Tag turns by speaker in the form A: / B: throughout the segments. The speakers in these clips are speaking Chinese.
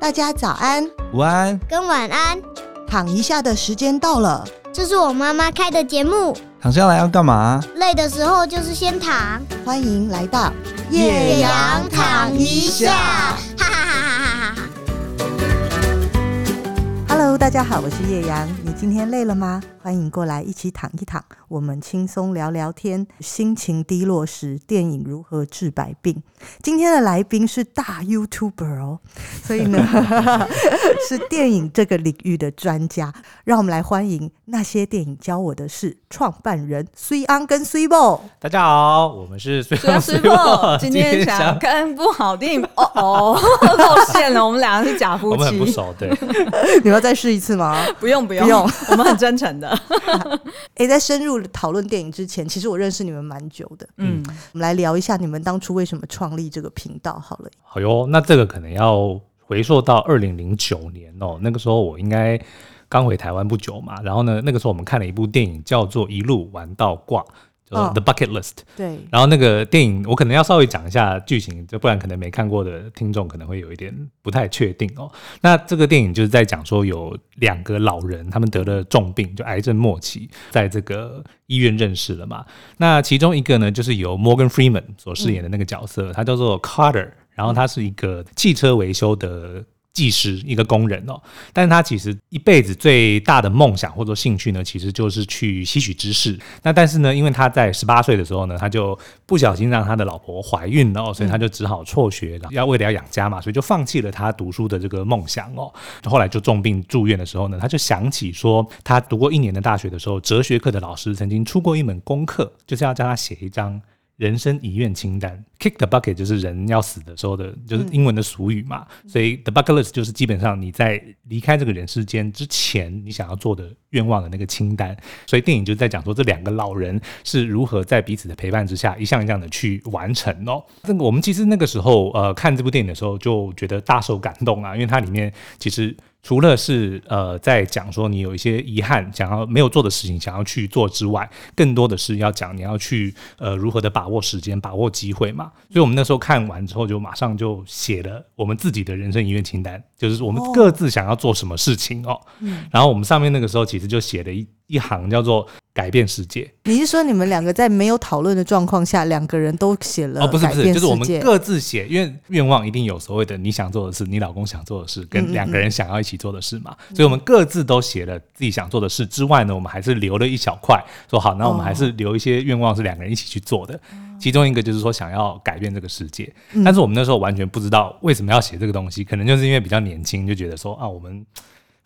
A: 大家早安，
B: 午安，
C: 跟晚安，
A: 躺一下的时间到了。
C: 这是我妈妈开的节目。
B: 躺下来要干嘛？
C: 累的时候就是先躺，
A: 欢迎来到
B: 岳阳
C: 躺一下，
A: 哈
C: 哈哈哈哈哈哈！
A: Hello，大家好，我是叶阳。你今天累了吗？欢迎过来一起躺一躺，我们轻松聊聊天。心情低落时，电影如何治百病？今天的来宾是大 YouTuber 哦，所以呢， 是电影这个领域的专家。让我们来欢迎那些电影教我的事创办人 C 安跟 C 宝。
D: 大家好，我们是随
E: 主要
D: 风随
E: 师 傅
D: 波，
E: 今天想看部好电影，哦哦， 露馅了，我们两个是假夫
D: 我们很不
E: 妻，
D: 熟，对，
A: 你们要再试一次吗？
E: 不用不用
A: 不用，
E: 我们很真诚的，
A: 诶，在深入讨论电影之前，其实我认识你们蛮久的。
E: 嗯，
A: 我们来聊一下你们当初为什么创立这个频道好了。
D: 好哟。那这个可能要回溯到二零零九年哦，那个时候我应该刚回台湾不久嘛。然后呢，那个时候我们看了一部电影，叫做《一路玩到挂》，叫
A: 嗯
D: 做《The Bucket List》。
A: 对，
D: 然后那个电影，我可能要稍微讲一下剧情，就不然可能没看过的听众可能会有一点不太确定哦。那这个电影就是在讲说，有两个老人他们得了重病，就癌症末期，在这个医院认识了嘛。那其中一个呢，就是由 Morgan Freeman 所饰演的那个角色，他叫做 Carter，然后他是一个汽车维修的。技师一个工人哦，但是他其实一辈子最大的梦想或者说兴趣呢，其实就是去吸取知识。那但是呢，因为他在十八岁的时候呢，他就不小心让他的老婆怀孕了、哦，所以他就只好辍学，然后要为了要养家嘛，所以就放弃了他读书的这个梦想哦。后来就重病住院的时候呢，他就想起说，他读过一年的大学的时候，哲学课的老师曾经出过一门功课，就是要叫他写一张。人生遗愿清单，kick the bucket 就是人要死的时候的，就是英文的俗语嘛，所以 the bucket list 就是基本上你在离开这个人世间之前，你想要做的愿望的那个清单。所以电影就在讲说这两个老人是如何在彼此的陪伴之下，一项一项的去完成哦。那个我们其实那个时候呃看这部电影的时候，就觉得大受感动啊，因为它里面其实。除了是呃，在讲说你有一些遗憾，想要没有做的事情，想要去做之外，更多的是要讲你要去呃如何的把握时间，把握机会嘛。所以我们那时候看完之后，就马上就写了我们自己的人生遗愿清单，就是我们
A: 哦
D: 各自想要做什么事情哦。然后我们上面那个时候其实就写了一一行叫做“改变世界
A: 你是说你们两个在没有讨论的状况下，两个人都写”了？
D: 哦，不是不
A: 呃改
D: 是，
A: 变
D: 就是我们
A: 世界
D: 各自写，因为愿望一定有所谓的你想做的事，你老公想做的事，
A: 嗯嗯
D: 跟两个人想要一起做的事嘛，所以我们各自都写了自己想做的事之外呢，我们还是留了一小块，说好，那我们还是留一些愿望是两个人一起去做的。其中一个就是说想要改变这个世界，但是我们那时候完全不知道为什么要写这个东西，可能就是因为比较年轻，就觉得说啊，我们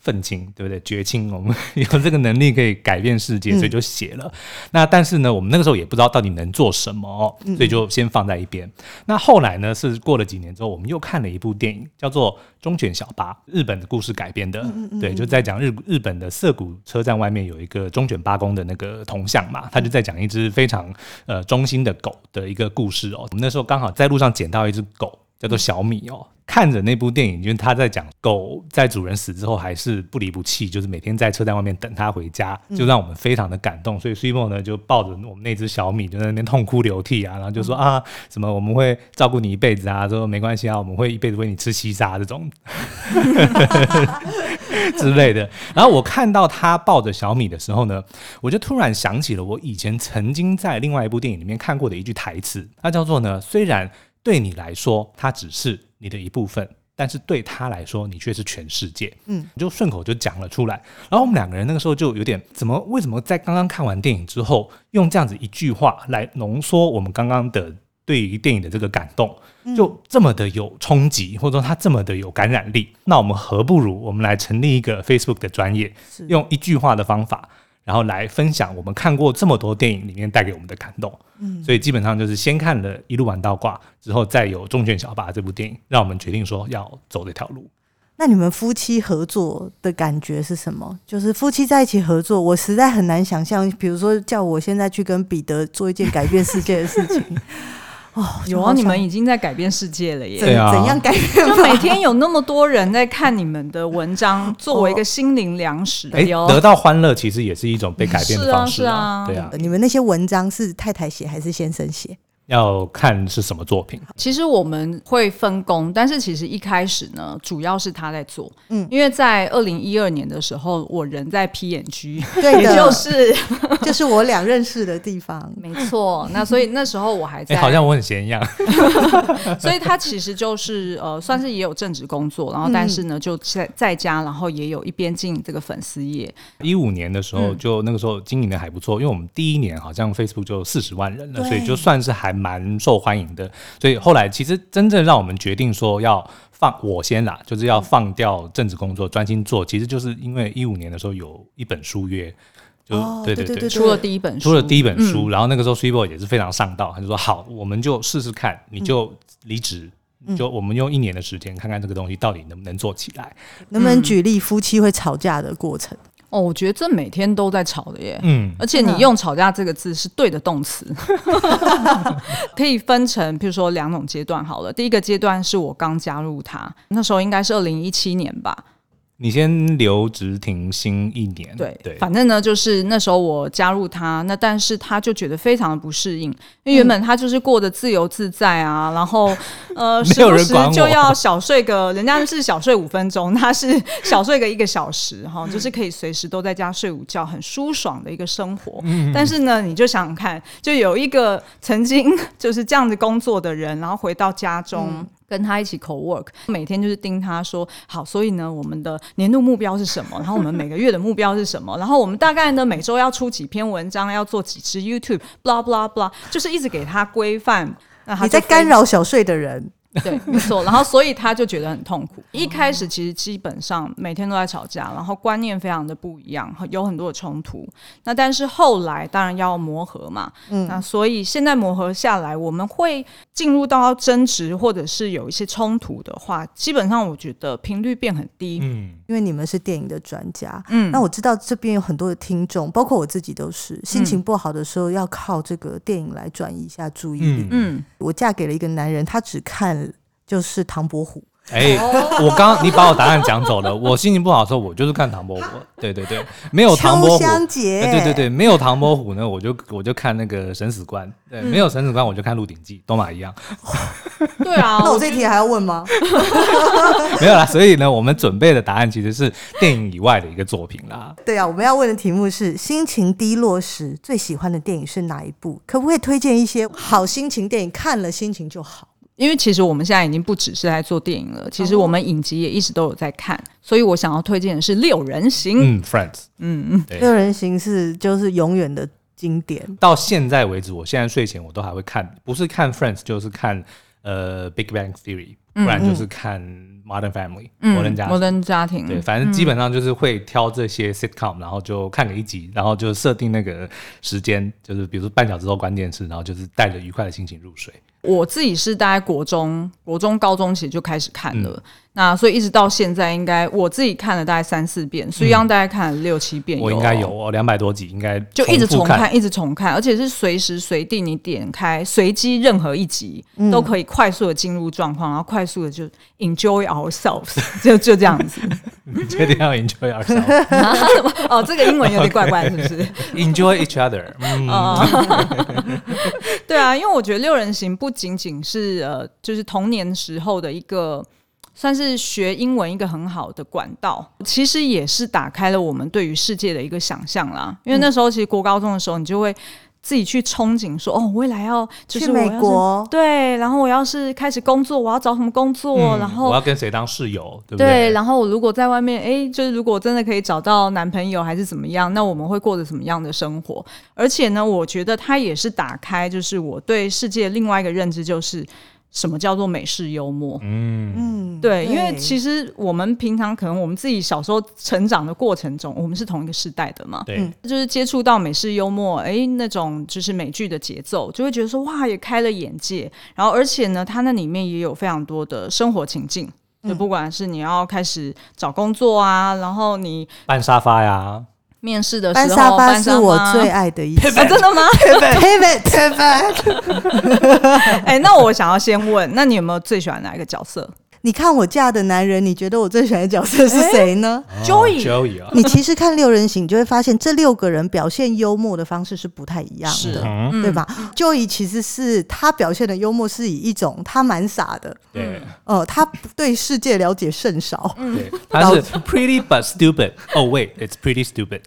D: 愤青，对不对？绝青，我们 有这个能力可以改变世界，所以就写了。那但是呢，我们那个时候也不知道到底能做什么、哦，所以就先放在一边。那后来呢，是过了几年之后，我们又看了一部电影，叫做《忠犬小八》，日本的故事改编的，对，就在讲日日本的涩谷车站外面有一个忠犬八公的那个铜像嘛，他就在讲一只非常呃忠心的狗的一个故事哦。我们那时候刚好在路上捡到一只狗，叫做小米哦。看着那部电影，就是他在讲狗在主人死之后还是不离不弃，就是每天在车站外面等它回家，就让我们非常的感动。所以 Simo 呢就抱着我们那只小米就在那边痛哭流涕啊，然后就说、啊什么我们会照顾你一辈子啊，说没关系啊，我们会一辈子喂你吃西沙这种 之类的。然后我看到他抱着小米的时候呢，我就突然想起了我以前曾经在另外一部电影里面看过的一句台词，那叫做呢，虽然对你来说它只是你的一部分。但是对他来说，你却是全世界。嗯，就顺口就讲了出来。然后我们两个人那个时候就有点，怎么为什么在刚刚看完电影之后，用这样子一句话来浓缩我们刚刚的对于电影的这个感动，
A: 嗯
D: 就这么的有冲击，或者说它这么的有感染力，那我们何不如我们来成立一个 Facebook 的专业，
A: 嗯
D: 用一句话的方法，然后来分享我们看过这么多电影里面带给我们的感动。嗯，所以基本上就是先看了一路玩到挂，之后再有《忠犬小八》这部电影，让我们决定说要走这条路。
A: 那你们夫妻合作的感觉是什么？就是夫妻在一起合作，我实在很难想象，比如说叫我现在去跟彼得做一件改变世界的事情， 哦，就
E: 有
A: 好
E: 啊，
A: 想
E: 你们已经在改变世界了耶。
A: 怎
D: 对啊
A: 怎样改变
E: 就
A: 法？
E: 每天有那么多人在看你们的文章，作为一个心灵粮食，
D: 哎，
E: 有
D: 得到欢乐其实也是一种被改变的方式
E: 是啊是啊
D: 对啊，
A: 你们那些文章是太太写还是先生写？
D: 要看是什么作品。
E: 其实我们会分工，但是其实一开始呢，主要是他在做，
A: 嗯
E: 嗯，因为在二零一二年的时候，我人在 PNG，
A: 对的，
E: 也就是。
A: 就是我俩认识的地方
E: 没错，那所以那时候我还
D: 哎、
E: 在，
D: 好像我很闲一样，
E: 所以他其实就是呃，算是也有正职工作，然后
A: 嗯
E: 但是呢，就在在家，然后也有一边经营这个粉丝业，
D: 一五年的时候，
E: 嗯
D: 就那个时候经营的还不错，因为我们第一年好像 Facebook 就四十万人了，
A: 对
D: 所以就算是还蛮受欢迎的。所以后来其实真正让我们决定说要放我先啦，就是要放掉政治工作，专心做，其实就是因为一五年的时候有一本书约，就、
A: 哦
D: 对
A: 对
D: 对
A: 对对
E: 出了第一本书，
D: 出了第一本
E: 嗯
D: 书，然后那个时候 s w e e b o 也是非常上道，他就说好，我们就试试看，你就离职。
A: 嗯
D: 就我们用一年的时间看看这个东西到底能不能做起来。
A: 能不能举例夫妻会吵架的过程？
E: 哦，我觉得这每天都在吵的耶。
D: 嗯，
E: 而且
A: 真的
E: 你用“吵架”这个字是对的动词， 可以分成，譬如说两种阶段好了。第一个阶段是我刚加入他，那时候应该是二零一七年吧，
D: 你先留职停薪一年，
E: 对，
D: 对，
E: 反正呢，就是那时候我加入他，那但是他就觉得非常的不适应，因为原本他就是过得自由自在啊， 然后呃，时
D: 没有
E: 不
D: 人
E: 时
D: 管我
E: 就要小睡个， 人家是小睡五分钟，他是小睡个一个小时哈，就是可以随时都在家睡午觉，很舒爽的一个生活。但是呢，你就想想看，就有一个曾经 就是这样子工作的人，然后回到家中。嗯跟他一起 co work，每天就是盯他说好，所以呢，我们的年度目标是什么？然后我们每个月的目标是什 么？然后我们大概呢每周要出几篇文章，要做几支 YouTube，blah blah blah，就是一直给他规范。那他
A: 你
E: 就
A: 在
E: 非
A: 干扰小睡的人，
E: 对，没错。然后所以他就觉得很痛苦。一开
A: 哦
E: 始其实基本上每天都在吵架，然后观念非常的不一样，有很多的冲突。那但是后来当然要磨合嘛，
A: 嗯
E: 那所以现在磨合下来，我们会进入到争执或者是有一些冲突的话，基本上我觉得频率变很低。
D: 嗯，
A: 因为你们是电影的专家。
E: 嗯
A: 那我知道这边有很多的听众，包括我自己都是，
D: 嗯
A: 心情不好的时候要靠这个电影来转移一下注意力。
D: 嗯
E: 嗯，
A: 我嫁给了一个男人，他只看就是唐伯虎，
D: 哎、我刚刚你把我答案讲走了。我心情不好的时候，我就是看唐伯虎。对对对，没有哦唐伯
A: 秋
D: 虎，
A: 香姐，
D: 哎对对对，没有唐伯虎呢，我就我就看那个审死官。对，没有审死官，我就看《鹿鼎记》，都嘛一样。
E: 对啊，
A: 那我
E: 觉
A: 这
E: 得
A: 题还要问吗？
D: 没有啦，所以呢，我们准备的答案其实是电影以外的一个作品啦。
A: 对啊，我们要问的题目是：心情低落时最喜欢的电影是哪一部？可不可以推荐一些好心情电影？看了心情就好。
E: 因为其实我们现在已经不只是在做电影了，其
A: 哦
E: 实我们影集也一直都有在看，所以我想要推荐的是《六人行》。
D: 嗯，Friends，
E: 嗯
D: 对
A: 六人行是就是永远的经典。
D: 到现在为止，我现在睡前我都还会看，不是看 Friends 就是看呃 Big Bang Theory，不然就是看 Modern Family，、
E: 嗯，
D: 摩登家庭
E: 摩登家庭，
D: 对，反正基本上就是会挑这
E: 嗯
D: 些 sitcom，、然后就看个一集，然后就设定那个时间，就是比如说半小时后关电视，然后就是带着愉快的心情入睡。
E: 我自己是大概国中、国中、高中其实就开始看了，
D: 嗯
E: 那所以一直到现在，应该我自己看了大概三四遍，苏央大概看了六七遍，
D: 嗯我应该有，哦，两百多集，应该
E: 哎就一直
D: 重
E: 重
D: 复看。
E: 看，一直重看，而且是随时随地你点开随机任何一集、都可以快速的进入状况，然后快速的就 enjoy ourselves，就 就这样子。
D: 你确定要 enjoy ourselves，enjoy
E: 哦，这个英文有点怪怪，是不是？
D: each other？嗯，
E: 对啊，因为我觉得六人行不仅仅是呃，就是童年时候的一个。算是学英文一个很好的管道，其实也是打开了我们对于世界的一个想象啦。因为那时候其实国高中的时候，你就会自己去憧憬说，哦，未来要就是
A: 去
E: 我要
A: 美
E: 是
A: 国，
E: 对，然后我要是开始工作，我要找什么工作，
D: 嗯
E: 哦然后
D: 我要跟谁当室友，对不
E: 对，
D: 对？
E: 然后我如果在外面，诶，就是如果真的可以找到男朋友还是怎么样，那我们会过着什么样的生活？而且呢，我觉得它也是打开，就是我对世界另外一个认知，就是什么叫做美式幽默。
D: 嗯，
A: 嗯，
E: 对，因为
A: 实
E: 其实我们平常可能我们自己小时候成长的过程中，我们是同一个世代的嘛，
D: 对，
A: 嗯
E: 就是接触到美式幽默，诶，那种就是美剧的节奏，就会觉得说哇，也开了眼界。然后而且呢，它那里面也有非常多的生活情境。
A: 嗯
E: 就不管是你要开始找工作啊，然后你
D: 搬沙发呀，
E: 面试的时
A: 搬
E: 候，
A: 沙发
E: 搬
A: 是
E: 沙
A: 我
E: 发
A: 最爱的一
E: 啊真的吗？
A: pivot pivot。
E: 哎、那我想要先问，那你有没有最喜欢哪一个角色？
A: 你看我嫁的男人，你觉得我最喜欢的角色是谁呢？
E: Joey
D: Joey 啊，
A: 你其实看六人行，你就会发现这六个人表现幽默的方式是不太一样
E: 是
A: 的。
D: 嗯，
A: 对吧？就以其实是他表现的幽默是以一种他蛮傻的，
D: 对
A: 呃，他对世界了解甚少，
E: 嗯
D: 对，他是 pretty but stupid。Oh wait, it's pretty stupid。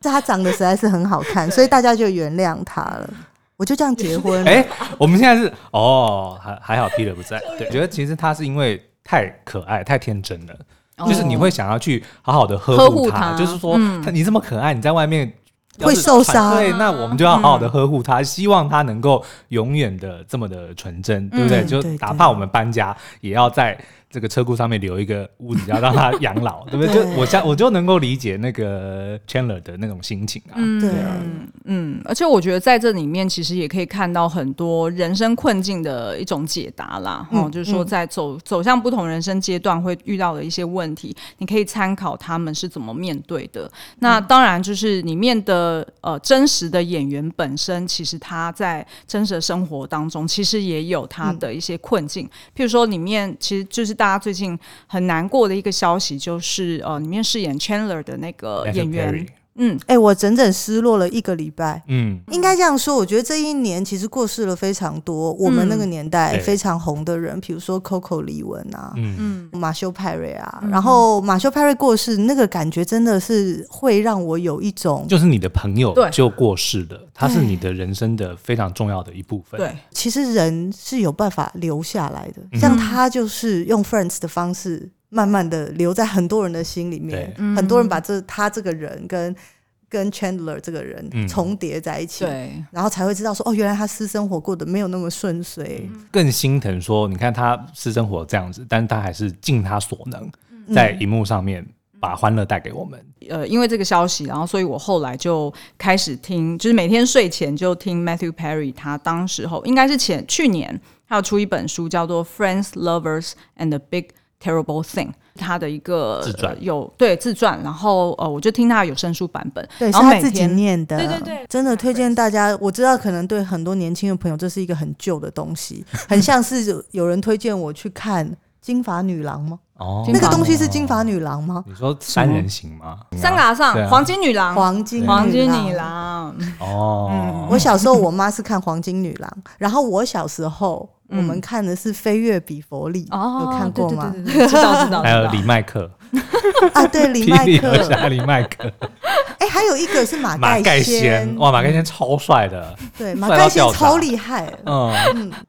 A: 他长得实在是很好看，所以大家就原谅他了。我就这样结婚了，
D: 哎，我们现在是哦，还还好 Peter 不在。对，觉得其实他是因为太可爱、太天真了，就是你会想要去好好的呵
E: 呵
D: 护
E: 护
D: 他，
E: 他
D: 就是说他你这么可爱，你在外面。要是
A: 会受伤
D: 对，那我们就要好好的呵护他，希望他能够永远的这么的纯真，对不对？
A: 嗯
D: 就
A: 对对
D: 哪怕我们搬家，也要在这个车库上面留一个屋子，要让他养老，对不对？就
A: 对
D: 我相我就能够理解那个 Chandler 的那种心情啊。
A: 对，
E: 嗯，而且我觉得在这里面其实也可以看到很多人生困境的一种解答啦，
A: 嗯
E: 哦，就是说在走走向不同人生阶段会遇到的一些问题，你可以参考他们是怎么面对的。那当然就是里面的呃真实的演员本身，其实他在真实的生活当中其实也有他的一些困境，譬如说里面其实就是大家最近很难过的一个消息，就是呃里面饰演 Chandler 的那个
D: Matthew
E: 演员
D: Perry，，
E: 嗯，
A: 哎、我整整失落了一个礼拜。
D: 嗯，
A: 应该这样说，我觉得这一年其实过世了非常多我们那个年代
D: 对
A: 非常红的人，比如说 Coco 李玟啊，
D: 嗯，
E: 嗯，
A: 马修派瑞啊，然后马修派瑞过世，那个感觉真的是会让我有一种，
D: 就是你的朋友
E: 对
D: 就过世了，他是你的人生的非常重要的一部分。
E: 对，
A: 其实人是有办法留下来
D: 嗯
A: 的，像他就是用 Friends 的方式，慢慢的留在很多人的心里面
D: 对，
A: 很多人把这他这个人跟跟 Chandler 这个
D: 嗯
A: 人重叠在一起。
E: 对。
A: 然后才会知道说，哦，原来他私生活过得没有那么顺遂，
E: 嗯
D: 更心疼说，你看他私生活这样子，但是他还是尽他所能，
A: 嗯
D: 在荧幕上面把欢乐带给我们。
E: 呃，因为这个消息，然后所以我后来就开始听，就是每天睡前就听 Matthew Perry，他当时候应该是前去年，他有出一本书叫做《Friends, Lovers and the Big Terrible Thing》。他的一个
D: 自传
E: 呃有对自传，然后呃，我就听他的有声书版本，
A: 对，
E: 然
A: 是
E: 后
A: 他
E: 每
A: 自己
E: 天
A: 念的，
E: 对对对
A: 真的推荐大家。我知道可能对很多年轻的朋友，这是一个很旧的东 西，很像是有有人推荐我去看《金发女郎》吗？
D: 哦
A: 那个东西是《金发女郎》吗？
D: 你说三人行吗？
E: 三嘎上、
D: 对啊
E: 黄金女郎、
A: 黄金女
E: 黄金女
A: 郎。
E: 郎，
D: 哦，
A: 我小时候我妈是看《黄金女郎》，然后我小时候我们看的是《飞跃比佛利》，
E: 嗯哦，
A: 有看过吗？
E: 对？对对对对知道知道，
D: 还有
E: 知
D: 李
E: 道
D: 麦克，
A: 啊，对，李 麦
D: 霹雳游
A: 克。
D: 侠李麦克，
A: 哎，还有一个是马
D: 马盖先，
A: 先，
D: 哇，马盖先超帅的，
A: 对，马
D: 帅到
A: 盖先
D: 掉渣
A: 超厉害。
D: 嗯，
E: 啊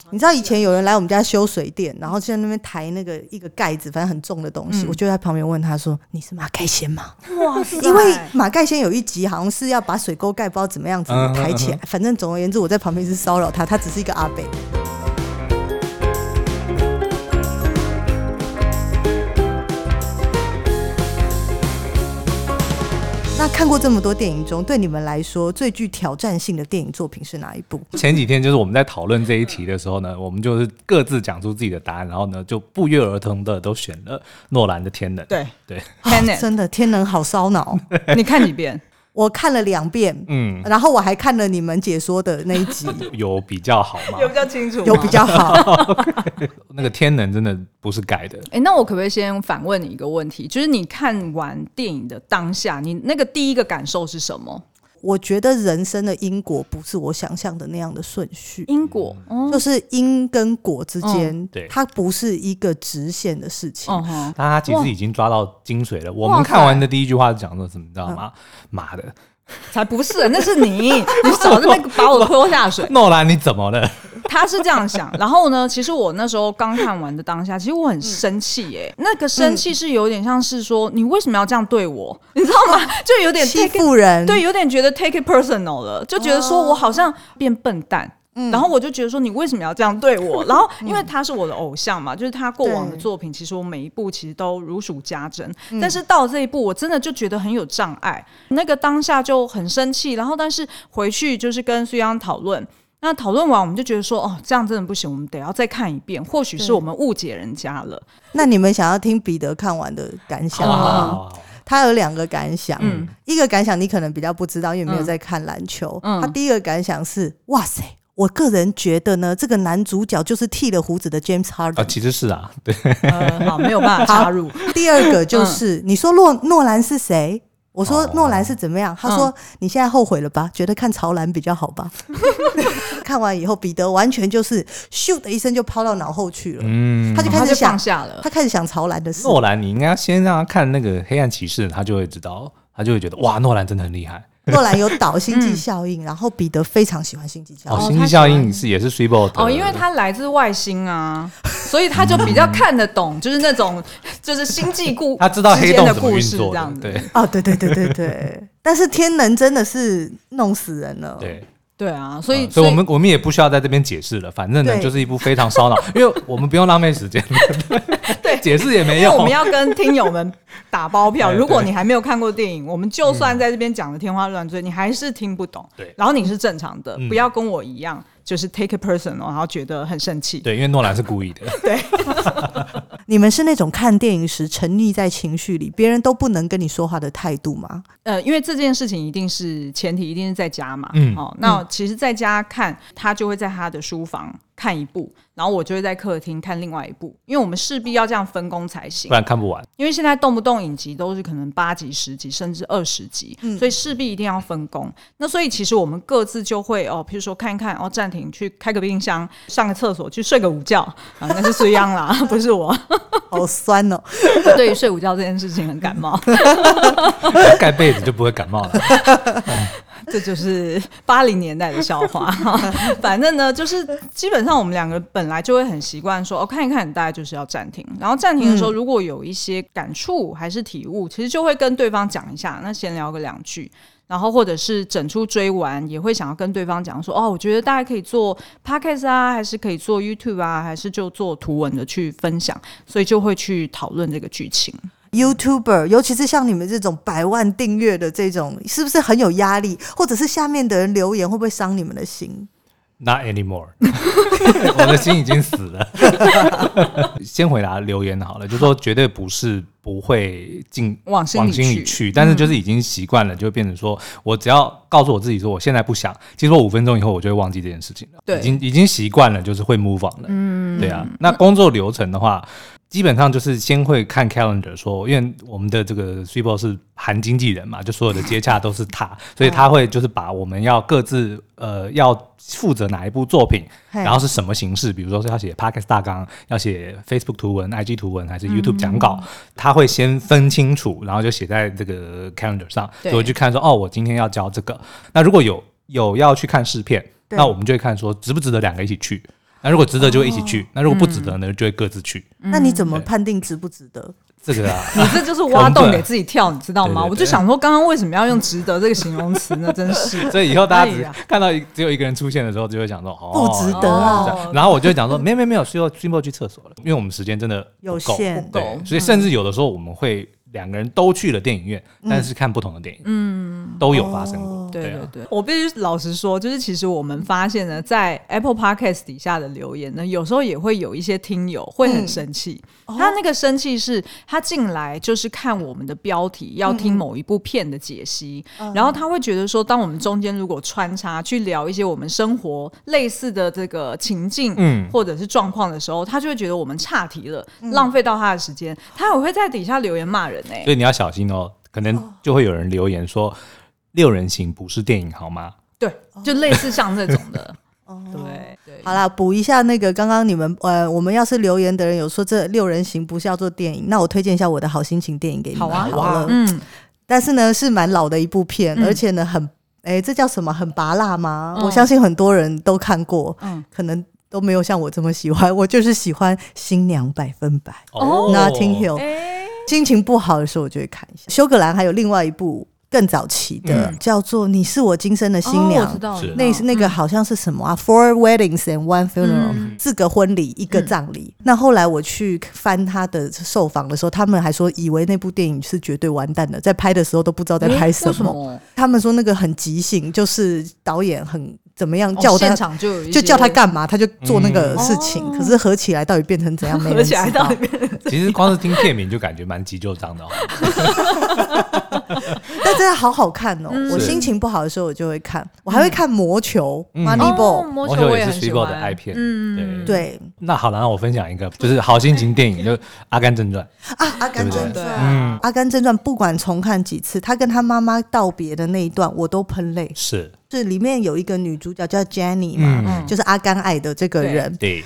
A: 你知道以前有人来我们家修水电，然后就在那边抬那个一个盖子，反正很重的东西，我就在旁边问他说：“你是马盖先吗？”
E: 哇塞，
A: 因为马盖先有一集好像是要把水沟盖不知道怎么样子抬起来，反正总而言之，我在旁边是骚扰他，他只是一个阿北。那看过这么多电影中，对你们来说最具挑战性的电影作品是哪一部？
D: 前几天就是我们在讨论这一题的时候呢，我们就是各自讲出自己的答案，然后呢就不约而同的都选了诺兰的《天能》。
E: 对
D: 对，
E: Tenet，
A: 哦真的，天能好烧脑，
E: 你看几遍？
A: 我看了两遍，
D: 嗯，
A: 然后我还看了你们解说的那一 集，
D: 有比较好吗？
E: 有比较清楚 吗，
A: 有比较好。
D: 那个天能真的不是改的，
E: 哎、那我可不可以先反问你一个问题？就是你看完电影的当下，你那个第一个感受是什么？
A: 我觉得人生的因果不是我想象的那样的顺序。
E: 因果，哦，
A: 就是因跟果之间，
D: 对
A: 它不是一个直线的事情。
E: 嗯哼，
D: 但他其实已经抓到精髓了。我们看完的第一句话是讲说什么，你知道吗？
E: 嗯
D: 妈的，
E: 才不是，那是你，你少在那个把我拖下水。
D: 诺兰你怎么 了？
E: 他是这样想，然后呢，其实我那时候刚看完的当下，其实我很生气耶、那个生气是有点像是说，你为什么要这样对我？你知道吗？就有点
A: 欺
E: take it-
A: 负人，
E: 对，有点觉得 take it personal 了，就觉得说我好像变笨蛋。
A: 嗯
E: 然后我就觉得说你为什么要这样对 我？然后因为他是我的偶像嘛，就是他过往的
A: 对嗯
E: 作品，其实我每一部其实都如数家珍。但是到这一步，我真的就觉得很有障碍，那个当下就很生气。然后但是回去就是跟苏央讨论，那讨论完我们就觉得说哦，这样真的不行，我们得要再看一遍。或许是我们误解人家了。
A: 那你们想要听彼得看完的感想
D: 好好好
A: 吗？
D: 好好，
A: 他有两个感想，
E: 哦嗯
A: 一个感想你可能比较不知道，因为没有在看篮球。
E: 嗯
A: 他第一个感想是：哇塞，我个人觉得呢，这个男主角就是剃了胡子的 James
D: 啊，
A: Harden。
D: 其实是啊，对，
E: 呃，好，没有办法插入。
A: 第二个就是、你说诺诺兰是谁？我说
D: 哦
A: 诺兰是怎么样？他说、你现在后悔了吧？觉得看潮兰比较好 吧？看完以后，彼得完全就是咻的一声就抛到脑后去了，
D: 嗯
A: 他就
E: 他
A: 开
E: 就
A: 始
E: 放
A: 想，
E: 下了
A: 他。开始想潮兰的事。
D: 诺兰，你应该先让他看那个《黑暗骑士》，他就会知道，他就会觉得哇，诺兰真的很厉害。
A: 诺兰有导星际效应，然后彼得非常喜欢星际效应。
D: 哦，
E: 哦
D: 星
E: 他
D: 际
E: 喜
D: 效
E: 欢
D: 应是也是 s w e b o
E: 哦，因为他来自外星啊，所以他就比较看得懂，就是那种 就是星际故，
D: 他知道
E: 之
D: 黑
E: 间
D: 洞
E: 的
D: 怎么
E: 故
D: 运
E: 事
D: 作
E: 这
D: 的
E: 样，子。
D: 对
A: 哦，对对对对对， 但是天能真的是弄死人了。
D: 对。
E: 对啊，哦所以
D: 嗯所以我们我们也不需要在这边解释了，反正呢
A: 对
D: 就是一部非常烧脑， 因为我们不用浪费时间，
E: 对
D: 解释也没
E: 因为
D: 用。
E: 我们要跟听友们打 包票，
D: 对
E: 如果你还没有看过电影，我们就算在这边讲的天花乱坠，你还是听不懂。
D: 对
E: 然后你是正常的，
D: 嗯
E: 不要跟我一样，就是 take a person，然后觉得很生气。
D: 对，因为诺兰是故意的，
A: 你们是那种看电影时沉溺在情绪里，别人都不能跟你说话的态度 吗？
E: 呃，因为这件事情一定是前提，一定是在家嘛。
D: 嗯
E: 哦，那其实在家看，他就会在他的书房看一部，然后我就会在客厅看另外一部，因为我们势必要这样分工才行
D: 不。然看不完。
E: 因为现在动不动影集都是可能八集、十集，甚至二十集，所以势必一定要分工。那所以其实我们各自就会哦，譬如说看一看，哦暂停去开个冰箱，上个厕所，去睡个午觉啊，那是虽央啦， 不是我。
A: 好酸哦！
E: 对于睡午觉这件事情很感冒，
D: 盖被子就不会感冒了。
E: 这就是八零年代的笑话。反正呢，就是基本上我们两个本来就会很习惯说，哦，看一看，大概就是要暂停。然后暂停的
D: 嗯
E: 时候，如果有一些感触还是体悟，其实就会跟对方讲一下，那闲聊个两句。然后，或者是整出追完，也会想要跟对方讲说，哦，我觉得大家可以做 podcast 啊，还是可以做 YouTube 啊，还是就做图文的去分享，所以就会去讨论这个剧情。
A: YouTuber，尤其是像你们这种百万订阅的这种，是不是很有压力？或者是下面的人留言会不会伤你们的心？
D: Not anymore，我的心已经死了。先回答留言好了，就说绝对不是不会进
E: 往心里
D: 往心里
E: 去嗯
D: 去，但是就是已经习惯了，就变成说我只要告诉我自己说我现在不想，其实我五分钟以后我就会忘记这件事情了，
E: 对
D: 已经已经习惯了，就是会 move on 了。嗯，对啊。那工作流程的话。基本上就是先会看 calendar，说，因为我们的这个 s u p e r 是含经纪人嘛，就所有的接洽都是他，所以他会就是把我们要各自呃要负责哪一部作品，
A: 嘿
D: 然后是什么形式，比如说是要写 podcast 大纲，要写 Facebook 图文、IG 图文，还是 YouTube 讲稿，他会先分清楚，然后就写在这个 calendar 上，所
E: 对
D: 以我就看说，哦，我今天要教这个。那如果有有要去看试片，
A: 对
D: 那我们就会看说值不值得两个一起去。那如果值得就会一起
A: 哦
D: 去，那如果不值得呢，
A: 嗯
D: 就会各自去。
E: 嗯
A: 那你怎么判定值不值得？
D: 这个啊，
E: 你这就是挖洞给自己跳，你知道吗？
D: 对对对
E: 我就想说，刚刚为什么要用“值得”这个形容词呢？真 是。
D: 所以以后大家只
E: 哎呀
D: 看到一只有一个人出现的时候，就会想说哦，
A: 不值得啊
D: 哦然后我就会讲说，没有没有没有，需要需要去厕所了，因为我们时间真的不
A: 有
D: 够
A: 限
E: 不够
D: 对，所以甚至有的时候我们会两个人都去了电影院，但是看不同的电影，嗯，都有发生过
A: 哦，
E: 对对
D: 啊。
E: 对，我必须老实说，就是其实我们发现呢，在 Apple Podcast 底下的留言呢，有时候也会有一些听友会
D: 嗯
E: 很生气。
D: 哦
A: 哦
E: 他那个生气是，他进来就是看我们的标题，要听
D: 嗯
E: 某一部片的解析，然后他会觉得说，当我们中间如果穿插去聊一些我们生活类似的这个情境，
D: 嗯
E: 或者是状况的时候，他就会觉得我们岔题了，
A: 嗯
E: 浪费到他的时间，他也会在底下留言骂人哎、
D: 所以你要小心哦，可能就会有人留言说。六人行不是电影好吗？
E: 对，就类似像这种的，
A: 哦
E: 对对。啊
A: 好啦，补一下那个刚刚你们呃，我们要是留言的人有说这六人行不是要做电影，那我推荐一下我的好心情电影给你们
E: 好啊，
A: 好了，
E: 嗯，
A: 但是呢是蛮老的一部片，
E: 嗯
A: 而且呢很哎这叫什么很拔辣吗？
E: 嗯
A: 我相信很多人都看过，
E: 嗯
A: 可能都没有像我这么喜欢， 我就是喜欢《新娘百分百》
E: 哦
A: Notting Hill》，
E: 哎，
A: 心情不好的时候我就会看一下。休格兰还有另外一部更早期的，叫做《你是我今生的新娘》
E: 嗯哦我知道
D: 是，
A: 那那个好像是什么啊？Four weddings and one
E: 嗯
A: funeral，、四个婚礼一个葬礼。那后来我去翻他的受访的时候，他们还说以为那部电影是绝对完蛋的，在拍的时候都不知道在拍
E: 诶
A: 什么。
E: 为什么？
A: 他们说那个很即兴，就是导演很怎么样
E: 哦
A: 叫他，
E: 现场就有一
A: 就
E: 些
A: 叫他干嘛，他就做那个事情。
E: 嗯
A: 可是合起来到底变成 怎样，没
E: 合
A: 人
E: 起来
A: 知
E: 到
A: 道
E: 底。变成
D: 其实光是听片名就感觉蛮急救章的哦。
A: 但真的好好看哦！
E: 嗯
A: 我
D: 是
A: 心情不好的时候我就会看，我还会看《魔球》（Moneyball）。
E: 嗯哦
F: 魔球
D: 魔球
F: 我也
D: 也是
F: 很
D: s
F: 喜
D: h b o
F: 欢
D: 的爱片，
F: 嗯，
D: 对。
A: 对
D: 那好了，那我分享一个，就是好心情电影， 就《阿甘正传》。
A: 啊，《阿甘正
E: 对
A: 传》
D: 嗯，
A: 《阿甘正传》不管重看几次，他跟他妈妈道别的那一段，我都喷泪。
D: 是
A: 是里面有一个女主角叫 Jenny 嘛，
E: 嗯
A: 就是阿甘爱的这个人。
D: 对，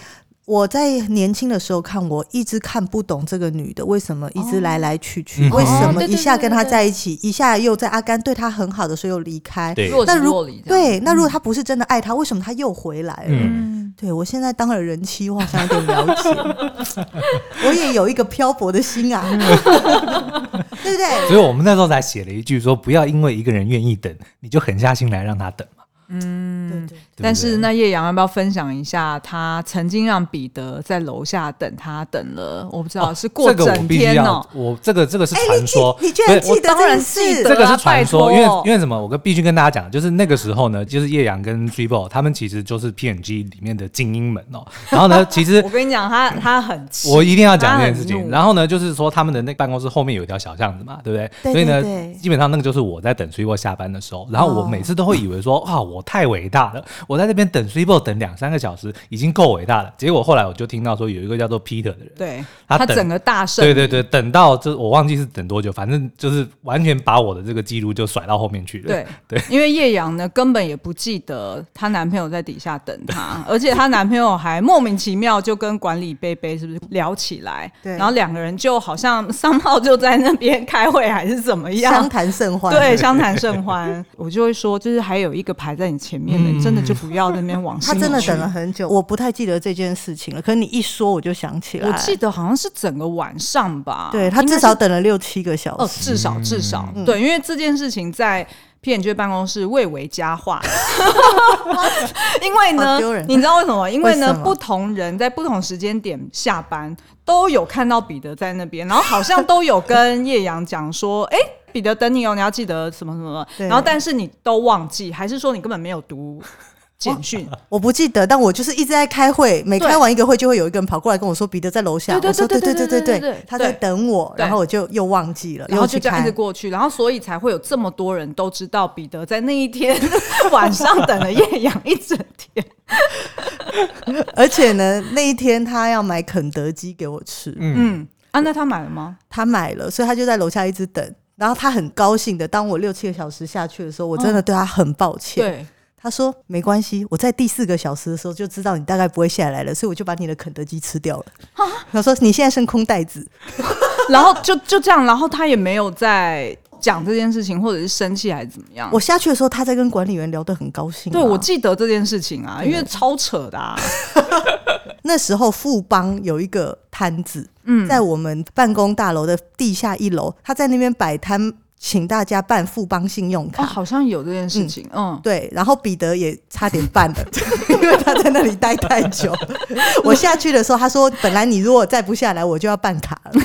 A: 我在年轻的时候看，我一直看不懂这个女的为什么一直来来去去，
D: 嗯
A: 为什
F: 哦
A: 么
F: 对对
A: 一下
F: 对
A: 跟
F: 对
A: 她
F: 对
A: 在一起，一下又在阿甘对她很好的时候又离开。
D: 对，
F: 若即
A: 那如
F: 若离这样，
A: 对，那如果她不是真的爱他，为什么她又回来了？
D: 嗯，
F: 嗯，
A: 对我现在当了人妻，我好像有点了解， 我也有一个漂泊的心啊，
F: 嗯
A: 对不对？
D: 所以我们那时候才写了一句说，不要因为一个人愿意等，你就狠下心来让他等嘛。
F: 嗯
A: 对对
D: 对不
E: 但是
D: 对
E: 那叶阳要不要分享一下，他曾经让彼得在楼下等他，等了我不知道、是过
D: 哦这个
E: 整
D: 我必须
E: 天哦
D: 要，，我这个这个是
A: 哎、
D: 传
A: 你
D: 说
A: 记，你居
D: 不
A: 然
D: 是我
A: 记得啊
E: 当
A: 这件
E: 然记
A: 事
E: 得
D: 这个是传说，
E: 拜
D: 因
E: 托
D: 为因为什么？我跟必须跟大家讲，就是那个时候呢，就是叶阳跟 t r i b o 他们其实就是 PNG 里面的精英们哦。然后呢，其实
E: 我跟你讲，他他很气
D: 我一定要讲这件事
E: 他很
D: 情。
E: 怒
D: 然后呢，就是说他们的那个办公室后面有一条小巷子嘛，对不对？
A: 对
D: 所以
A: 对对
D: 呢，基本上那个就是我在等 s u p e 下班的时候，
E: 哦
D: 然后我每次都会以为说，哇，我太伟大了，我在那边等 s u p e 等两三个小时已经够伟大了。结果后来我就听到说有一个叫做 Peter 的人，
E: 对
D: 他
E: 他
D: 等
E: 整个大胜，
D: 对对对，等到这我忘记是等多久，反正就是完全把我的这个记录就甩到后面去了。
E: 对
D: 对，
E: 因为叶阳呢根本也不记得她男朋友在底下等她，而且她男朋友还莫名其妙就跟管理贝贝是不是聊起来，
A: 对
E: 然后两个人就好像商号就在那边开会还是怎么
A: 相
E: 样。
A: 谈甚欢，
E: 对，，相谈甚欢。我就会说，就是还有一个排在你前面的，你真的
D: 嗯
E: 就不要在那边往心
A: 他
E: 里
A: 真的
E: 去
A: 等了很久，我不太记得这件事情了。可是你一说，我就想起来，
E: 我记得好像是整个晚上吧。
A: 对他
E: 应
A: 至
E: 该是
A: 少等了六七个小
E: 哦，
A: 时，
E: 至少至少、
A: 嗯
E: 对，因为这件事情在。p n 办公室蔚为 佳话，因为
A: 好
E: 呢
A: 丢人，
E: 你知道为什么？因为
A: 为
E: 呢，
A: 什么
E: 不同人在不同时间点下班都有看到彼得在那边，然后好像都有跟叶阳讲说，哎、彼得等你哦，你要记得什么什么什
A: 对
E: 么。然后，但是你都忘记，还是说你根本没有读简讯？
A: 我不记得，但我就是一直在开会，每
E: 对
A: 开完一个会就会有一个人跑过来跟我说彼得在楼下，
E: 对对
A: 我说
E: 对对
A: 对
E: 对对
A: 对
E: 对对
A: 他在等我，
E: 对
A: 然后我就又忘记了，
E: 然后
A: 又
E: 就
A: 去
E: 这样一直
A: 看。
E: 过去，然后所以才会有这么多人都知道彼得在那一天 晚上等了叶阳一整天。
A: 而且呢，那一天他要买肯德基给我吃，
E: 嗯，啊，那他买了吗？
A: 他买了，所以他就在楼下一直等。然后他很高兴的，当我六七个小时下去的时候，我真
E: 哦
A: 的对他很抱歉。
E: 对，
A: 他说没关系，我在第四个小时的时候就知道你大概不会下来了，所以我就把你的肯德基吃掉了。
E: 啊
A: 他说你现在剩空袋子，
E: 然后就就这样，然后他也没有在讲这件事情，或者是生气还是怎么样。
A: 我下去的时候他在跟管理员聊得很高兴啊、
E: 啊对我记得这件事情啊，因为超扯的啊。
A: 那时候富邦有一个摊子，嗯，在我们办公大楼的地下一楼，他在那边摆摊，请大家办富邦信用
E: 哦，
A: 卡。
E: 好像有这件事情，嗯，
A: 对，然后彼得也差点办了， 因为他在那里待太久。 我下去的时候，他说：“本来你如果再不下来，我就要办卡了。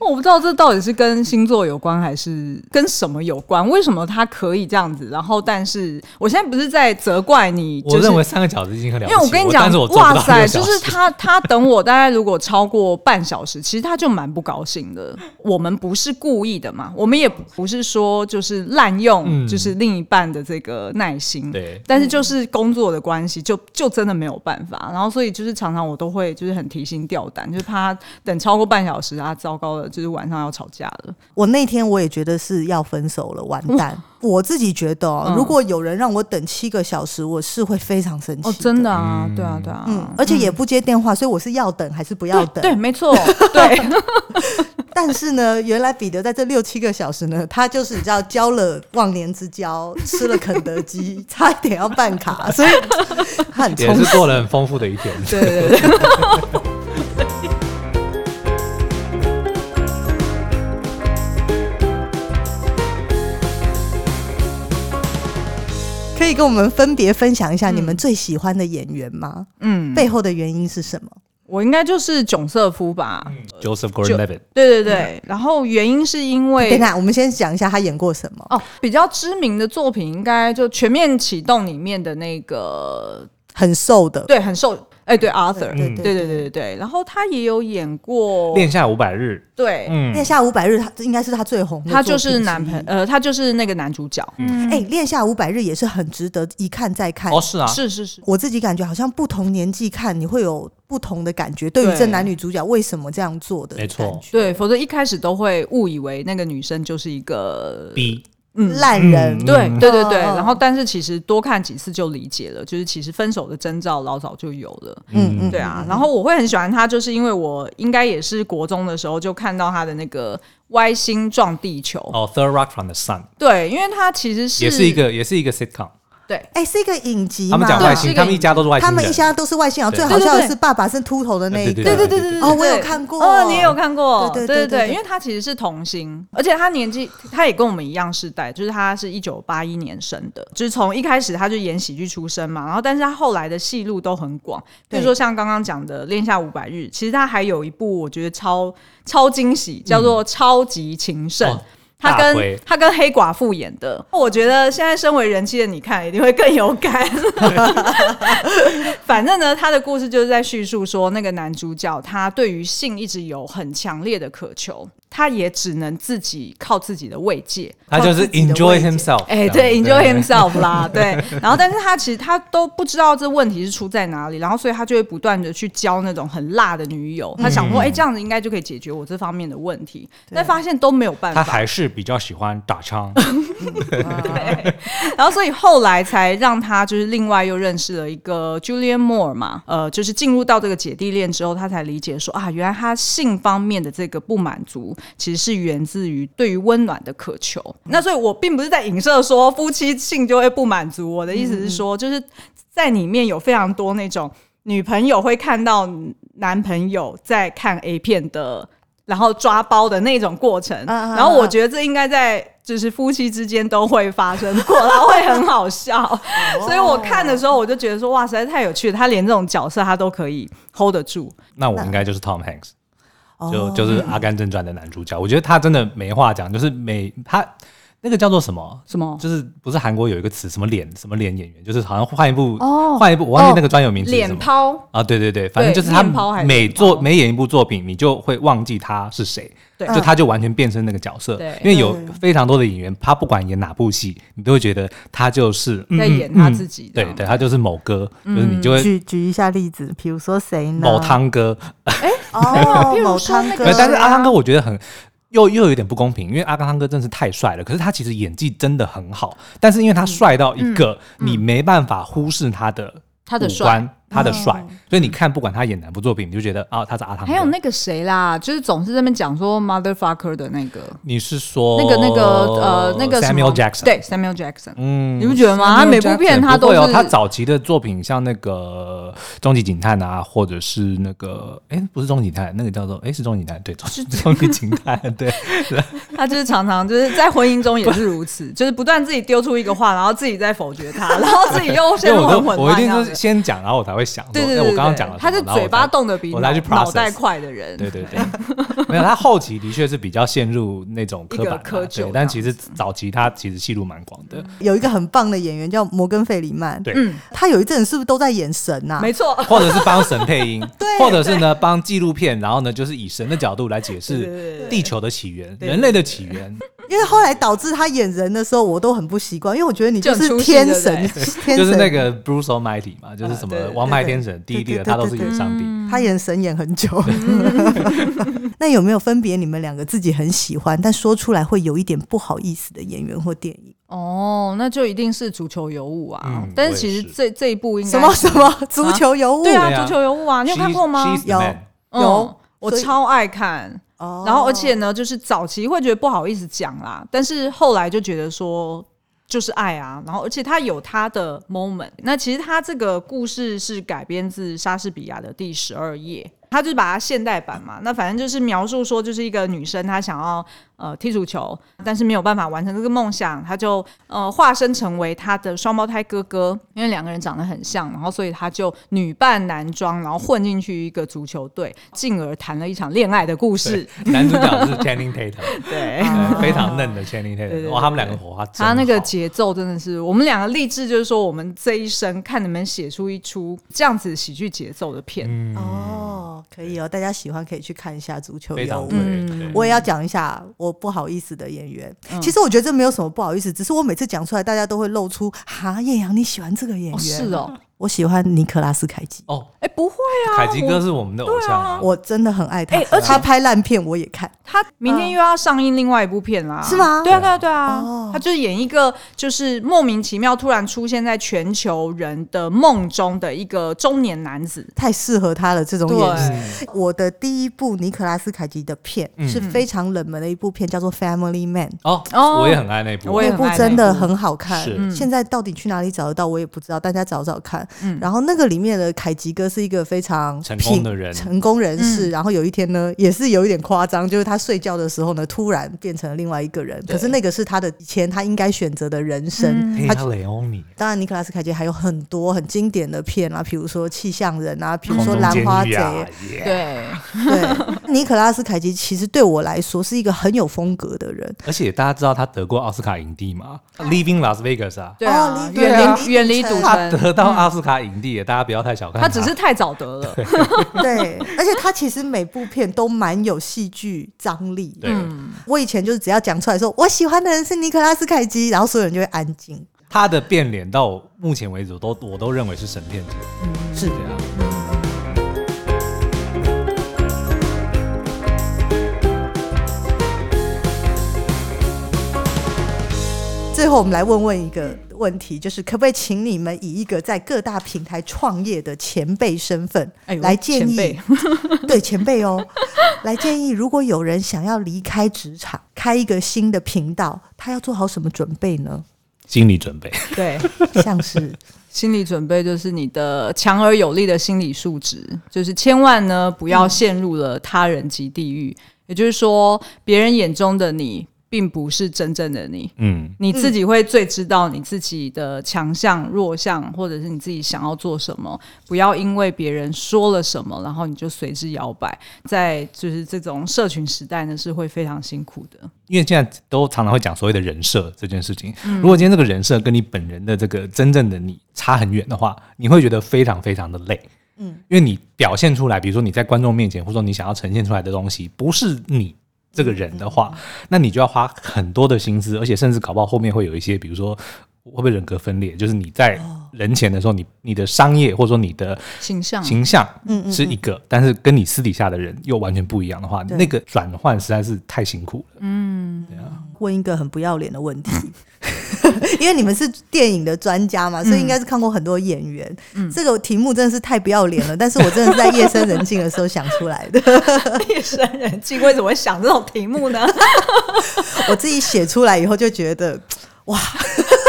E: 我不知道这到底是跟星座有关，还是跟什么有关？为什么他可以这样子？然后，但是我现在不是在责怪你，就
D: 我
E: 是
D: 认为三个小时已经很了不起
E: 因为
D: 了，
E: 我跟你讲
D: 但是我，做不到
E: 哇塞，
D: 六小
E: 就
D: 时
E: 是他他等我大概如果超过半小时，其实他就蛮不高兴的。我们不是故意的嘛，我们也不是说就是滥用，
D: 嗯
E: 就是另一半的这个耐 心。
D: 对
E: 但是就是工作的关系，就就真的没有办法。然后所以就是常常我都会就是很提心吊胆，就是怕他等超过半小时啊，糟糕了，就是晚上要吵架了。”
A: 我那天我也觉得是要分手了，完蛋！我自己觉得、哦，
E: 嗯
A: 如果有人让我等七个小时，我是会非常生气。
E: 哦，真的啊，对啊，对啊，哦
A: 嗯，而且也不接电话，所以我是要等还是不要等？
E: 对，没 错，对。
A: 但是呢，原来彼得在这六七个小时呢，他就是你知道交了忘年之交，吃了肯德基， 差一点要办 卡，所以他很
D: 也
A: 充
D: 是
A: 实。
D: 过了很丰富的一天。
E: 对对对。
A: 可以跟我们分别分享一下你们最喜欢的演员吗？
E: 嗯，
A: 背后的原因是什么？
E: 我应该就是囧瑟夫吧？
D: Joseph Gordon-Levitt，
E: 对对对。然后原因是因
A: 嗯等一
E: 为
A: 下，我们先讲一下他演过什么。
E: 哦，比较知名的作品应该就《全面启动》里面的那个，
A: 很瘦的，
E: 对，很瘦，哎、对，Arthur，
D: 嗯
E: 对对对对对。然后他也有演过，
D: 恋下五百日，
E: 对，
D: 嗯
A: 恋下五百日，他应该是他最红的
E: 他
A: 作品之一。
E: 就是男朋呃，他就是那个男主角，
A: 哎，《恋下五百日》也是很值得一看再看。
B: 哦，是啊，
E: 是是是。
A: 我自己感觉好像不同年纪看，你会有不同的感觉。对于
E: 对
A: 这男女主角为什么这样做的，
D: 没错
A: 感觉
E: 对，否则一开始都会误以为那个女生就是一个
D: ，B
E: 嗯
A: 烂人
D: 嗯
E: 对对对对，
A: 嗯嗯
E: 然后但是其实多看几次就理解了，就是其实分手的征兆老早就有了。
A: 嗯嗯
E: 对啊，然后我会很喜欢他，就是因为我应该也是国中的时候就看到他的那个《歪星撞地球》
D: 哦，Third Rock from the Sun，
E: 对，因为他其实是
D: 也是一个也是一个 sitcom，
A: 哎、是一个影集嘛，
D: 他们讲
E: 对
D: 外
E: 是一
D: 星，
E: 个
D: 他们一家都是外星
A: 他
D: 人，
A: 们一家都是外星人，
D: 对
A: 最好笑
E: 对
A: 的
E: 对对
A: 是爸爸是秃头的那一个。
E: 对对对对对，
A: 哦我有
E: 对
A: 看过
E: 哦，你也有看过，
A: 对对
E: 对
A: 对对对
E: 因为他其实是童星，而且他年纪他也跟我们一样世代，就是他是一九八一年生的，就是从一开始他就演喜剧出身嘛，然后但是他后来的戏路都很广，比如
A: 对
E: 说像刚刚讲的《恋下五百日》，其实他还有一部我觉得超超惊喜，叫做《超级情圣》
D: 嗯哦
E: 他
D: 大
E: 跟
D: 灰
E: 他跟黑寡妇演的，我觉得现在身为人妻的你看，一定会更有感。 反正呢，他的故事就是在叙述说，那个男主角他对于性一直有很强烈的渴求，他也只能自己靠自己的慰藉。
D: 他就是 enjoy himself，
E: 哎、
D: 这
E: 对
D: 样
E: ，enjoy himself 啦， 对。然后，但是他其实他都不知道这问题是出在哪里，然后所以他就会不断的去交那种很辣的女友。他想
D: 嗯
E: 说，哎、这样子应该就可以解决我这方面的问题，但发现都没有办法。
D: 他还是比较喜欢打枪，
E: 然后所以后来才让他就是另外又认识了一个 Julian Moore 嘛，呃，就是进入到这个姐弟恋之后，他才理解说啊，原来他性方面的这个不满足，其实是源自于对于温暖的渴求。那所以我并不是在影射说夫妻性就会不满足，我的意思是说，就是在里面有非常多那种女朋友会看到男朋友在看 A 片的。然后抓包的那种过程，
A: 啊啊
E: 然后我
A: 啊
E: 觉得这应该在就是夫妻之间都会发生过，然后会很好 笑。所以我看的时候，我就觉得说，哇，实在太有趣了，他连这种角色他都可以 hold 得住。
D: 那我应该就是 Tom Hanks。
A: 哦
D: 就就是《阿甘正传》的男主角。我觉得他真的没话讲，就是每他那个叫做什么？
E: 什么
D: 就是不是韩国有一个词什么脸什么脸演员，就是好像换一部换一部，我忘记那个专有名词是什
E: 脸
D: 么。
E: 抛，
D: 啊，对对对，反正就是
E: 面包还
D: 他
E: 是
D: 每
E: 面包
D: 做每演一部作品，你就会忘记他是谁，
E: 对
D: 就他就完全变身那个角色
E: 对。
D: 因为有非常多的演员，他不管演哪部戏，你都会觉得他就是嗯
E: 在
D: 嗯
E: 演他
D: 嗯
E: 自己这
D: 对
E: 样嗯
D: 对，他就是某哥，就是你就会
A: 举举一下例子，比如说谁呢？
D: 某汤哥，
A: 哦
E: 譬，如
A: 某
E: 说
A: 汤
E: 那
A: 哥
E: 个
D: 对，，但是
E: 啊
D: 阿汤哥我觉得很。又又有点不公平，因为阿汤哥真是太帅了，可是他其实演技真的很好，但是因为
E: 嗯
D: 他帅到一个、你没办法忽视他的
E: 他的
D: 五
E: 帅。
D: 官，他的帅，所以你看不管他演哪部作品，你就觉得啊他是阿汤哥。
E: 还有那个谁啦，就是总是这边讲说 motherfucker 的那个，
D: 你是说
E: 那个、那个，呃，那个什么
D: 哦 Samuel Jackson
E: 对 Samuel Jackson，
D: 嗯
E: 你不觉得吗？他每部片他都
D: 不
E: 是
D: 会哦，他早期的作品像那个《终极警探》啊，或者是那个哎、不是《终极警探》，那个叫做哎、是《终极警探》对，终《终极警探》 对，
E: 他就是常常就是在婚姻中也是 如此，就是不断自己丢出一个话，然后自己在否决他，然后自己又
D: 因
E: 陷
D: 为
E: 入
D: 我都
E: 很混乱。
D: 我一定都是先讲，然后我才会想说，
E: 对对
D: 哎
E: 对，
D: 我刚刚讲了什
E: 他
D: 么，
E: 是
D: 然后我
E: 嘴巴
D: 才
E: 动得比
D: 我才去
E: 脑脑
D: process
E: 袋快的人。
D: 对对对， 没有，他后期的确是比较陷入那种刻板
E: 一
D: 啊
E: 个窠臼
D: 对，但其实早期他其实戏路蛮广的，
E: 嗯
A: 有一个很棒的演员叫摩根·费里曼，
D: 对，
A: 他有一阵子是不是都在演神啊？
E: 没错，
D: 或者是帮神配音，或者是呢帮纪录片，然后呢就是以神的角度来解释地球的起源、人类的起源，
A: 因为后来导致他演人的时候，我都很不习惯，因为我觉得你
E: 就很
A: 是
E: 出戏
A: 天
E: 对不
A: 神
E: 对，
A: 天神
D: 就是那个 Bruce Almighty 嘛，就是什么
E: 啊对对
D: 王牌天神第一帝的，他都是演上帝。
E: 嗯
A: 他演神演很久。 那有没有分别你们两个自己很喜欢，但说出来会有一点不好意思的演员或电影？
E: 哦，那就一定是足球尤物啊。
D: 嗯
E: 但
D: 我
E: 是
D: 也
E: 其实
D: 是
E: 这这一部应该啊
A: 什么什么足球尤物？
E: 对
D: 对
E: 啊，
D: 啊
E: 足球尤物啊，你有看过吗？
D: She's- she's the
A: 有
D: man
E: 嗯
A: 有
E: 我
A: 所以
E: 超爱看。
A: 哦
E: 然后而且呢，就是早期会觉得不好意思讲啦，但是后来就觉得说。就是爱啊，然后而且他有他的 moment。那其实他这个故事是改编自莎士比亚的第十二页，他就是把它现代版嘛，那反正就是描述说，就是一个女生她想要呃踢足球，但是没有办法完成这个梦想，她就呃化身成为她的双胞胎哥哥，因为两个人长得很像，然后所以她就女扮男装，然后混进去一个足球队，进而谈了一场恋爱的故事。
D: 男主角是 Channing Tatum，
E: 对。
D: 对非常嫩的 Channing
E: 对
D: Tatum，
E: 对
D: 哇，他们两个火花真好，
E: 他那个节奏真的是，我们两个励志就是说，我们这一生看能不能写出一出这样子喜剧节奏的片。
D: 嗯
A: 哦，可以哦，大家喜欢可以去看一下《足球
D: 非
A: 尤
D: 常
A: 物
D: 对》。
E: 嗯
D: 对。
A: 我也要讲一下我不好意思的演员。其实我觉得这没有什么不好意思，只是我每次讲出来，大家都会露出“哈，叶阳你喜欢这个演员？”
E: 哦是，哦，
A: 我喜欢尼克拉斯凯奇，
D: 哦，
E: 哎、不会啊，
D: 凯吉哥是我们的偶像啊，
A: 我真的很爱他。
E: 哎而且
A: 他拍烂片我也看，
E: 他明天又要上映另外一部片啦，
A: 是吗
E: 对啊，对啊，对啊，
A: 哦
E: 他就是演一个就是莫名其妙突然出现在全球人的梦中的一个中年男子。
A: 太适合他了这种演戏。
E: 对，
A: 我的第一部尼克拉斯凯奇的片
D: 嗯
A: 是非常冷门的一部片，叫做《Family Man》。
D: 哦，
E: 哦
D: 我也很爱那部，
E: 我也
A: 那
E: 很
A: 部
E: 爱那
A: 真的
E: 部
A: 很好看
D: 是，
E: 嗯
A: 现在到底去哪里找得到我也不知道，大家找找看。
E: 嗯
A: 然后那个里面的凯吉哥是一个非常
D: 成
A: 品
D: 功的人
A: 成功人士。然后有一天呢，也是有一点夸张，就是他睡觉的时候呢，突然变成了另外一个人。可是那个是他的以前他应该选择的人生。
D: 黑
A: 他
D: 他雷欧尼，
A: 当然，尼克拉斯凯奇还有很多很经典的片啊，比如说《气象人》啊，比如
D: 空
A: 说《
D: 中
A: 兰
D: 监
A: 花
D: 狱
A: 贼》
D: 啊，耶
E: 对，
A: 对，尼克拉斯凯奇其实对我来说是一个很有风格的人。
D: 而且大家知道他得过奥斯卡影帝嘛，Leaving Las Vegas 啊，
E: 对啊
A: 哦，离
E: 远
A: 对啊
E: 离远离赌
D: 他
E: 城，
D: 得到奥斯卡影帝耶，大家不要太小看
E: 他只是太早得了。
A: 对，而且他其实每部片都蛮有戏剧张力的。
D: 对，
E: 嗯
A: 我以前就是只要讲出来说我喜欢的人是尼克拉斯凯奇，然后所有人就会安静。
D: 他的变脸到目前为止我都我都认为是神片级，
A: 是
D: 这样。
A: 最后我们来问问一个问题，就是可不可以请你们以一个在各大平台创业的前辈身份、
E: 哎呦
A: 来建
E: 前
A: 议
E: 辈，
A: 对前辈哦， 来建议，如果有人想要离开职场，开一个新的频道，他要做好什么准备呢？
D: 心理准备，
E: 对，
A: 像是
E: 心理准备就是你的强而有力的心理素质，就是千万呢不要陷入了他人及地狱，也就是说，别人眼中的你并不是真正的你。
D: 嗯，
E: 你自己会最知道你自己的强项、弱项，或者是你自己想要做什么。不要因为别人说了什么，然后你就随之摇摆。在就是这种社群时代呢，是会非常辛苦的。
D: 因为现在都常常会讲所谓的人设这件事情。如果今天这个人设跟你本人的这个真正的你差很远的话，你会觉得非常非常的累。嗯，因为你表现出来，比如说你在观众面前，或者说你想要呈现出来的东西，不是你这个人的话，那你就要花很多的心思，而且甚至搞不好后面会有一些，比如说会不会人格分裂，就是你在人前的时候，你你的商业或者说你的
E: 形象
D: 形象是一个，但是跟你私底下的人又完全不一样的话，
A: 对
D: 那个转换实在是太辛苦了。
A: 问一个很不要脸的问题， 因为你们是电影的专家嘛，所以应该是看过很多演员。这个题目真的是太不要脸了，但是我真的是在夜深人静的时候想出来的。
E: 夜深人静为什么会想这种题目呢
A: 我自己写出来以后就觉得，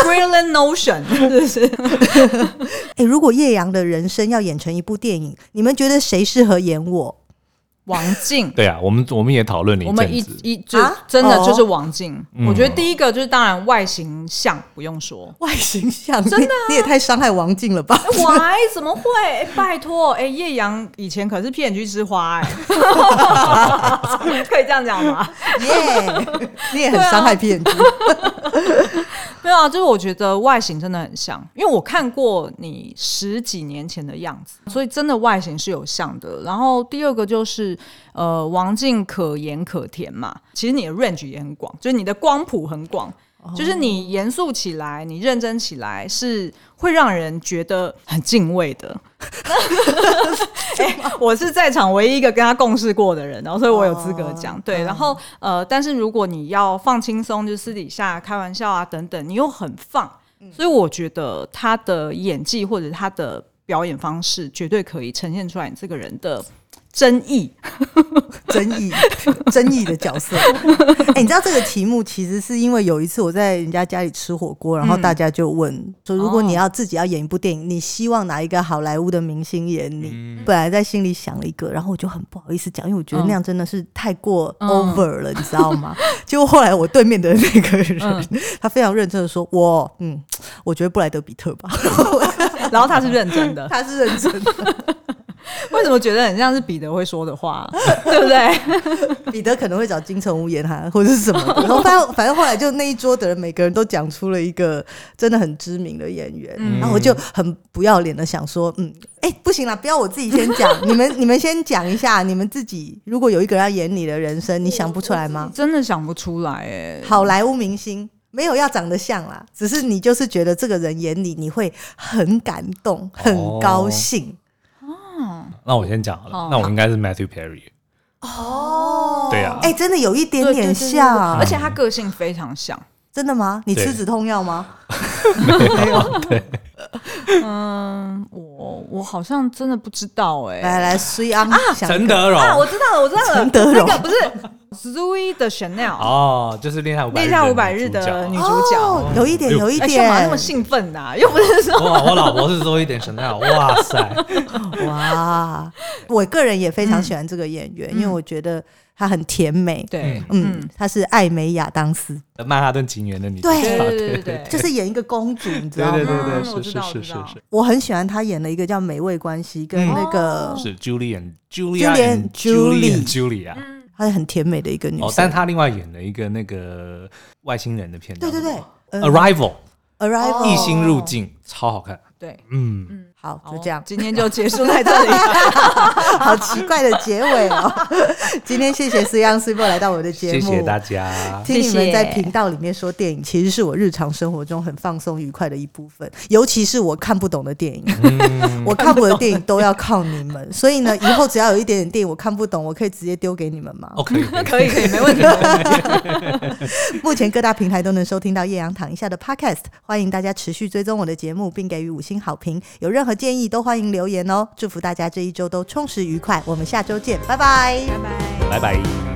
E: ？Brilliant notion，是不 是？
A: 哎、如果叶阳的人生要演成一部电影，你们觉得谁适合演我？
E: 王静。
D: 对啊，我们我们也讨论了
E: 我
D: 一
E: 们一
D: 阵子，
E: 一就
A: 啊
E: 真的
A: 哦
E: 就是王静，
D: 嗯
E: 我觉得第一个就是当然外形像不用 说
A: 外形像真的、啊你也太伤害王静了 吧？
E: ，why 怎么会？哎拜托，哎、叶阳以前可是 PNG 之花、哎， 可以这样讲吗？
A: 耶、你也很伤害骗子。
E: 对啊，就是我觉得外形真的很像，因为我看过你十几年前的样子，所以真的外形是有像的。然后第二个就是，呃，王静可盐可甜嘛，其实你的 range 也很广，就是你的光谱很广。就是你严肃起来，你认真起来，是会让人觉得很敬畏的。哎我是在场唯一一个跟他共事过的人，然后所以我有资格讲。
A: 哦
E: 对，然后呃，但是如果你要放轻松，就私底下开玩笑啊等等，你又很放，所以我觉得他的演技或者他的表演方式，绝对可以呈现出来你这个人的争议，
A: 争议争议的角色。 哎、你知道这个题目其实是因为有一次我在人家家里吃火锅，然后大家就问、说，如果你要自己要演一部电影，你希望哪一个好莱坞的明星演你？本来在心里想了一个，然后我就很不好意思讲，因为我觉得那样真的是太过
E: 嗯
A: over 了，你知道吗？ 结果后来我对面的那个人，他非常认真的说：“我嗯，我觉得布莱德比特吧。
E: 然后他是认真”的。
A: 他是认真的，
E: 为什么觉得很像是彼得会说的话，啊 对不对？
A: 彼得可能会找金城武演他，或者是什么的。然后反反正后来就那一桌的人，每个人都讲出了一个真的很知名的演员。
E: 嗯
A: 然后我就很不要脸的想说，嗯，哎、不行啦，不要我自己先讲， 你们你们先讲一下，你们自己如果有一个人要演你的人生，你想不出来 吗？
E: 真的想不出来哎、
A: 好莱坞明星。没有要长得像啦，只是你就是觉得这个人演你，你会很感动、
E: 哦
A: 很高兴。
D: 那我先讲好了
E: 哦，
D: 那我应该是 Matthew Perry。哦，对呀，
A: 哎、真的有一点
E: 对
A: 点
E: 对对对
A: 像啊，
E: 而且他个性非常像。
A: 真的吗？你吃
D: 对
A: 止痛药吗？
D: 没有， 对，
E: 嗯，我我好像真的不知道哎、
A: 来来，虽安啊，
D: 陈德容
E: 啊，我知道了，我 知道了，
A: 陈德容
E: 那个不是 Zoe 的 Chanel，、
D: 哦，就是《恋下五百
E: 恋下五百日的女主角。
A: 哦，有一点，
D: 哎呦
A: 有一
E: 哎，干嘛那
A: 点
E: 么，兴奋呐、又不是说
D: 哇，我老婆是说一点神奈， 哇塞，
A: 哇！我个人也非常喜欢这个演员，
D: 嗯
A: 因为我觉得她很甜美。
E: 对，
A: 嗯，她是艾美亚当斯，
D: 曼哈顿情缘的女主
A: 对
D: 角，
E: 对对对对
A: 就。是演一个公主，你知
D: 对
A: 道
D: 对对
A: 吗？
E: 嗯
D: 对，
E: 我
D: 是
E: 知
D: 是
E: 道
D: 是
E: 我知
D: 是
E: 道
D: 是
A: 我很喜欢她演了一个叫《美味关系》，跟
D: 嗯
A: 那个
E: 哦
D: 是 Julie and Julia and
A: Julie and Julie
D: Julie and Julia，
E: 嗯
A: 她是很甜美的一个女
D: 哦，但
A: 生。
D: 她另外演了一个那个外星人的片，
A: 对对对呃
D: ，Arrival
E: 嗯
A: ，Arrival
D: 异星入
E: 哦
D: 境超好看，
E: 对，
D: 嗯，
A: 好，
E: 好
A: 就这样。
E: 今天就结束在这里。
A: 好奇怪的结尾哦。 今天谢谢思央思波来到我的节
D: 谢
A: 目，
D: 谢大家，
A: 听你
E: 谢
A: 们
E: 谢
A: 在频道里面说电影，其实是我日常生活中很放松愉快的一部分，尤其是我看不懂的电影， 我看不懂的电影都要靠你们。所以呢，以后只要有一点点电影我看不懂，我可以直接丢给你们嘛。
D: 哦，可以可以
E: 可以可以，没问题。
A: 目前各大平台都能收听到叶阳躺一下的 Podcast，欢迎大家持续追踪我的节目，并给予五星好评。有任何建议都欢迎留言哦。祝福大家这一周都充实愉快，我们下周见，拜拜。
E: 拜
D: 拜
E: 拜。
D: 拜。